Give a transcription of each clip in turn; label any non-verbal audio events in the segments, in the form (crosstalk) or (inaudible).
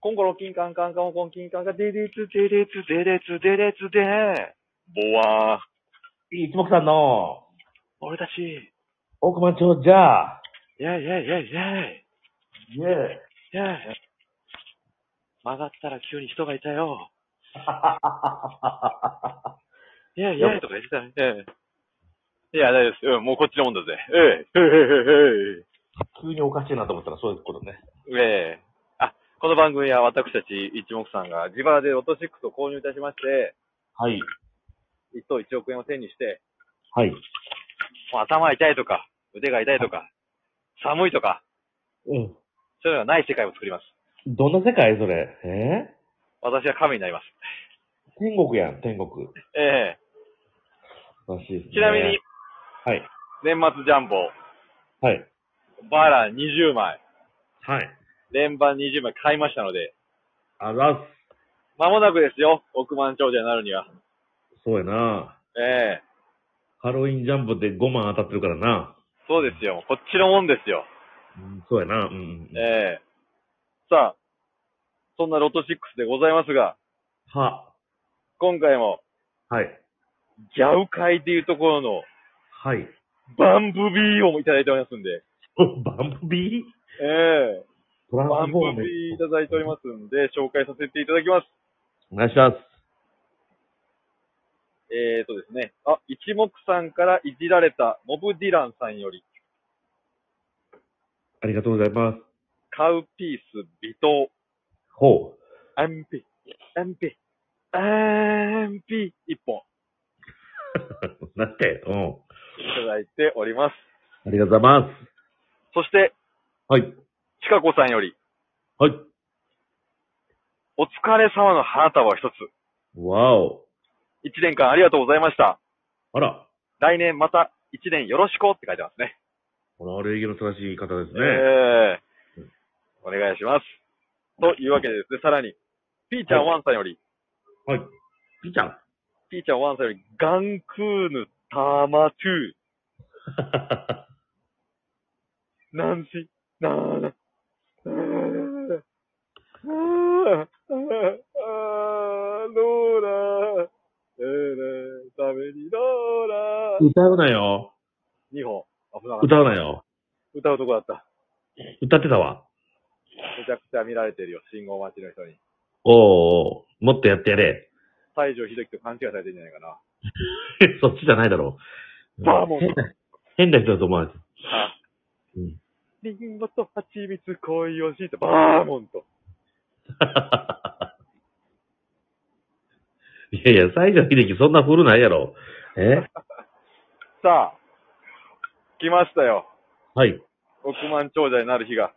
コンコロキンカンカンカンコンキンカンカン、デレツデレツデレツデレツで、ボワー。一目さんの、俺たち、大熊町じゃあ、イェイイェイイェイイイェイ。ェイイェイ。曲がったら急に人がいたよ。イェイイェイとか言ってたね。ええいや、大丈夫です。うん、もうこっちのもんだぜ。ええ、急におかしいなと思ったらそういうことね。ええ、ええ。あ、この番組は私たち一目さんが自腹でロト6を購入いたしまして、はい。一等1億円を手にして、はい。もう頭痛いとか、腕が痛いとか、寒いとか、うん。そういうのがない世界を作ります。どんな世界それ。え私は神になります。ー、天国やん、天国。ええらしいですね。ちなみに、。はい。年末ジャンボ、はい。バラ20枚、はい。連番20枚買いましたので、あざっまもなくですよ、億万長者になるには。す。そうやな。ええハロウィンジャンボで5万当たってるからな。そうですよ、こっちのもんですよ。うん、そうやな。うん。ええさあ、そんなロト6でございますが、は。今回も、はい。ギャウ会っていうところの、はい。バンブビーをいただいておりますんで、 (laughs) バンブビーええトラバンンスフォーブメビーいただいておりますんで、紹介させていただきます。お願いします。えーとですね。あ、一目さんからいじられたモブディランさんより、ありがとうございます。カウピース微糖、ほう。アンピ、アンピ、アンピ一本なって。うん。いただいております。ありがとうございます。そして、はい。ちかこさんより、はい。お疲れ様の花束一つ。わお。一年間ありがとうございました。あら。来年また一年よろしくって書いてますね。これは礼儀の正しい方ですね。ええお願いします。というわけでですね、さらに、ピーちゃんワンさんより、はい。ピーちゃん。ピーちゃんワンさんより、ガンクーヌタマトゥー。なんし、なーな、あーあーあーローラー、えー、ためにローラー。 (laughs) 歌うなよ。 2本、危なかった。歌うなよ。歌うとこだった。歌ってたわ。めちゃくちゃ見られてるよ、信号待ちの人に。おーおーもっとやってやれ。 (laughs) 西城秀樹と勘違いされてるんじゃないかな。そっちじゃないだろう。バーモント変な、 (laughs) 変な人だと思われて。あうんリンゴと蜂蜜恋をして、バーモンと。 (laughs) いやいや、西城秀樹そんな古ないやろ。えさあ、来ましたよ。はい。億万長者になる日が。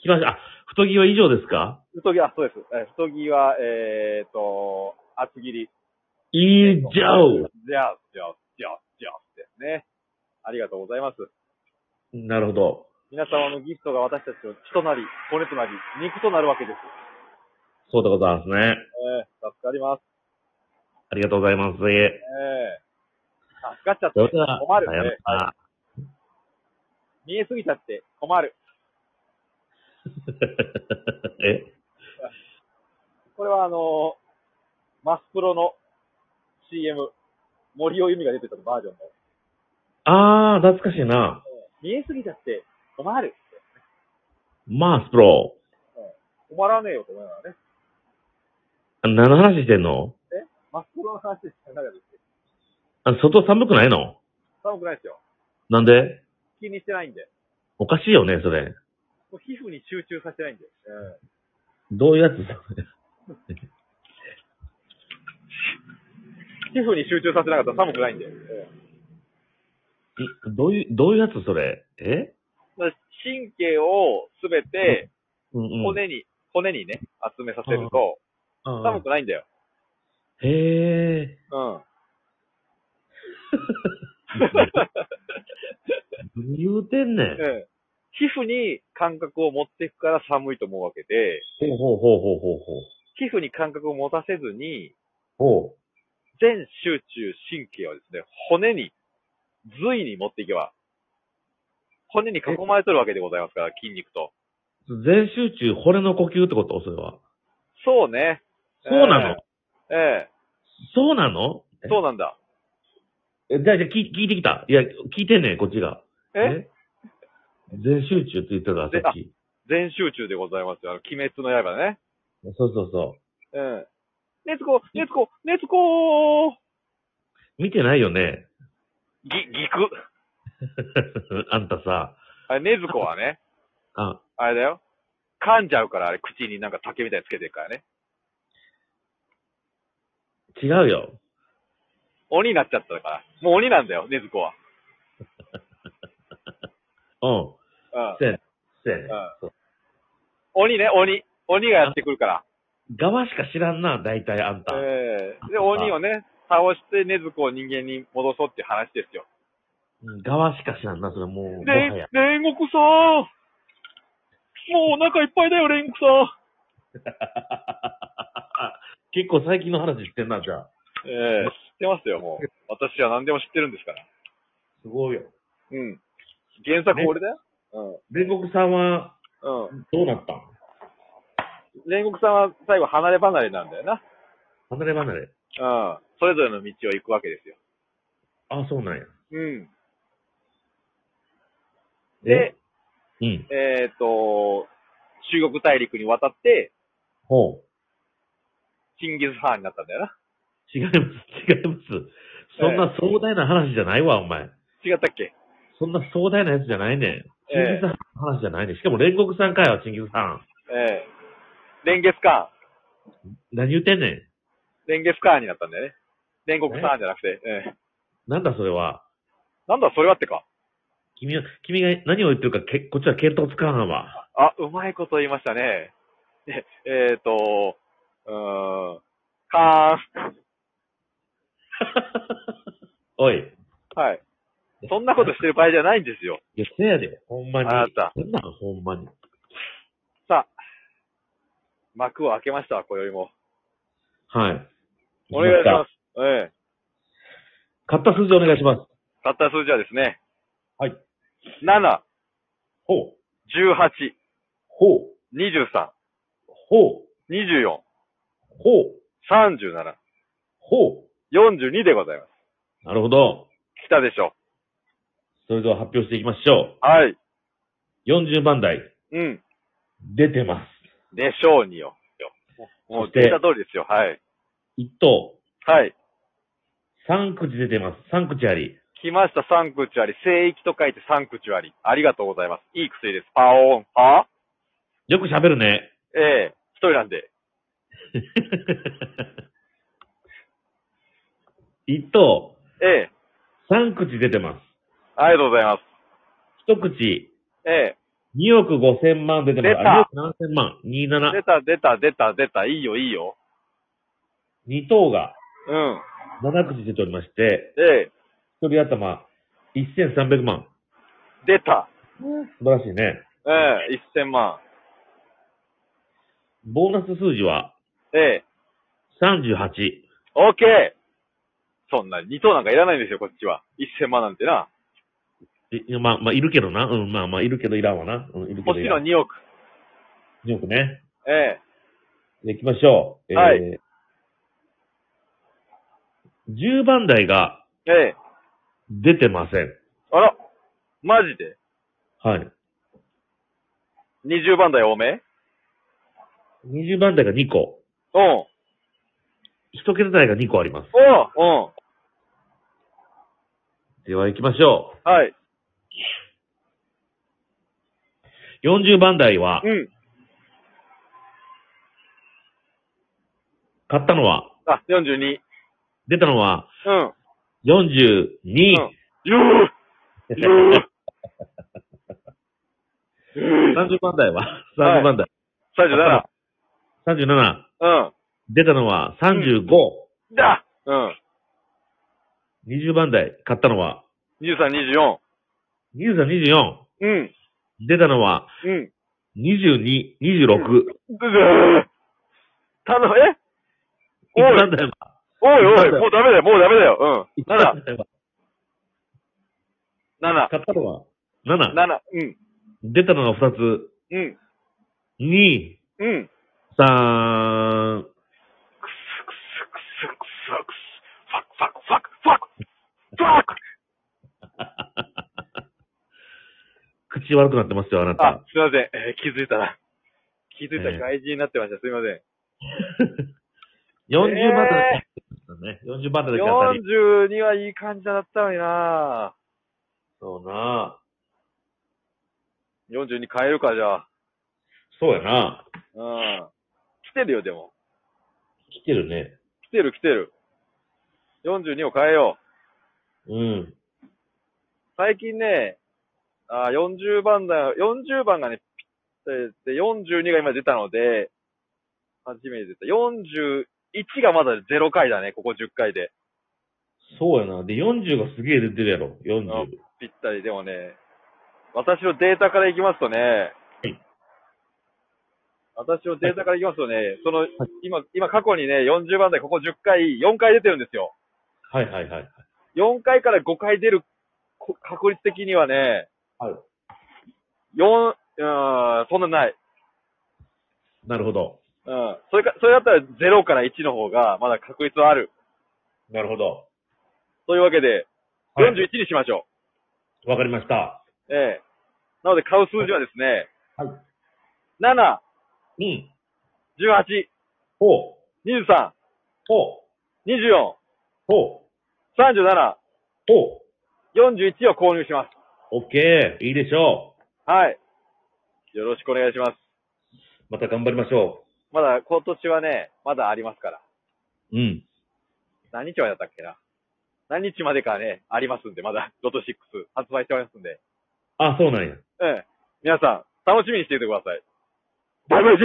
来ました。あ、太着は以上ですか太着、あ、そうです。えー太着は、えーと、厚切り。以じゃ上じゃあ、じゃあ、じゃあ、じゃあですね。ありがとうございます。なるほど。皆様のギフトが私たちの血となり、骨となり、肉となるわけです。そうでございますね。えー、助かります。ありがとうございます。えー、助かっちゃっそれでては、困さよる、ね。なら見えすぎちゃって困る。 (laughs) えこれはあのーマスプロの CM、森尾由美が出てたバージョンの、あー、懐かしいな。見えすぎちゃって困る。まあ、スプロ困らねえよと思いながらね。ー。あ何の話してんのマスプロの話しかなかったですけどあ外寒くないの寒くないですよ。なんで気にしてないんで。おかしいよね、それ。もう皮膚に集中させてないんで。うんどういうやつ (laughs) 皮膚に集中させなかったら寒くないんで。ええどういう、どういうやつそれえだから神経をすべてうんうん。骨に、骨にね、集めさせると、あー寒くないんだよ。へえ。うん。何言うてんねん。ええ皮膚に感覚を持っていくから寒いと思うわけで、ほうほうほうほうほう皮膚に感覚を持たせずに、ほう。ほ全集中神経をですね、骨に、髄に持っていけば、骨に囲まれとるわけでございますから、筋肉と。う。全集中、骨の呼吸ってことそれは。そうね。そうなの、えそうなのえそうなんだ。えじゃあ、じゃあ聞い聞いてきた。いや、聞いてんねん、こっちが。え全集中って言ってた、さっき。全集中でございますよ。あの、鬼滅の刃ね。そうそうそうん。熱子、熱子、熱子う。見てないよね。 (laughs) ぎ、ぎく。あんたさ。あれ、ねずこは (laughs) ね、あ、あれだよ。噛んじゃうから、あれ、口になんか竹みたいにつけてるからね。違うよ。鬼になっちゃったから。もう鬼なんだよ、ねずこは。うん。うん。せん、せんん。鬼ね、鬼。鬼がやってくるから。側しか知らんな、大体あんた。ええで、鬼をね、倒して、ねずこを人間に戻そうっていう話ですよ。うん側しか知らんな、それもう、もはねや。、煉獄さんもうお腹いっぱいだよ、煉獄さ結構最近の話してんな、じゃあ。んええ知ってますよ、も (laughs) う。私は何でも知ってるんですから。すごいよ。うん。原作俺だよ。煉獄さんは、うん。うん。どうなったん煉獄さんは最後離れ離れなんだよな。離れ離れ。うん。それぞれの道を行くわけですよ。あ、そうなんや。うん。えで、うん。えっ、と、中国大陸に渡って、ほう。チンギス・ハーンになったんだよな。違います、違います。そんな壮大な話じゃないわ、お前。違ったっけそんな壮大なやつじゃないねん。えチンギスハンの話じゃないねん。しかも煉獄さんかよ、チンギスハン。ええレンゲスカ何言ってんねん。ーン。レンゲスカーンになったんだよね。煉獄さんじゃなくて。ええなんだそれは。なんだ、それはってか。君は、君が何を言ってるか、けこっちは見当つか (laughs) んわ。あ、うまいこと言いましたね。ええー、と、うーん、カーン。おい。はい。そんなことしてる場合じゃないんですよ。いや、せやで、ほんまに。あなたそんなん、ほんまに。さあ、幕を開けました、今宵も。はい。。お願いしますす。ええ買った数字お願いします。たった数字はですね、はい。 7、ほう。 18、ほう。 23、ほう。 24、ほう。 37、ほ42でございます。う。なるほど。来たでしょそれでは発表していきましょう。はい。う。40番台、うん。出てます。でしょうによ。よもうそしてデータ通りですよ。はい。一等、はい。三口出てます。三口あり。来ました、サンクチュアリ。聖域と書いてサンクチュアリ。ありがとうございます。いい薬です。パオーン。あよく喋るね。 (laughs) ええ一人なんで。一等、ええ三口出てます。ありがとうございます。一口、え2億5千万出てます。出たあ2億何千万。え出27。た、出た、出た、出た。いいよ、いいよ。二等がうん。 7口出ておりまして、ええ一人頭1300万。出た。素晴らしいね。ええ一1000万。ボーナス数字はええ38。オッケーそんな、二等なんかいらないんですよ、こっちは。1000万なんてな。いやまあ、まあ、いるけどな。うん、まあまあ、いるけどいらんわな。うん、いるけもどちいらろんん。2億。 2億ね。ええで、行きましょう。はいえー、10番台がええ出てません。あら。マジではい。 ?20 番台多め20番台が2個。うん。お1桁台が2個あります。うでは行きましょうん。はい。う。40番台は、うん。買ったのは、あ、42。出たのは、うん。 42。ゆうゆう (laughs) 30番台は、30番台。 37。 37。うん。出たのは、35。だうん。 20番台、買ったのは、 23、24。 23、24。うん。出たのは、うん。 22、26。だだたの、え一おい番台は、おいおなんい、だよもうダメだよ、もうダメだよ。うん。一番7、台は、 7、買ったのは、7。 7、うん。出たのが2つ。うん。 2、うん。 3、クスクスクスクスクス、ファクファクファクファクファクファク口悪くなってますよ、あなあた。、すいません。えー気づいたら。気づいたら外人になってました。すいません。 40バタで、ね、40バタで当たり。 42はいい感じだったのになそうな42変えるか、じゃあ。そうやなうん。来てるよ、でも。来てるね。来てる来てる。42を変えよう。うん。最近ね、あー40番だ、40番がね、ピッてで42が今出たので、初めて出た。41がまだ0回だね、ここ10回で。そうやなで、40がすげえ出てるやろ。40。あぴったり。でもね、私のデータからいきますとね、い私のデータからいきますとね、その、今、今過去にね、40番台ここ10回、4回出てるんですよ。はいはいはい。 4回から5回出るこ確率的にはね、はい。 4、うん、そんなない。なるほど。うん。それか、それだったら0から1の方が、まだ確率はある。なるほど。というわけで、はい41にしましょわかりました。う。ええなので買う数字はですね、はい。 7、 2、 18、 4、 23、 4、 24、 4、 37、 4。 41を購入します。オッケー。いいでしょはい。よろしくお願いします。う。また頑張りましょまだ、今年はね、まだありますから。う。うん。何日までだったっけな。何日までかね、ありますんで、まだ、ロト6発売しておりますんで。あ、そうなんや。ええ。皆さん、楽しみにしていてください。バイバイ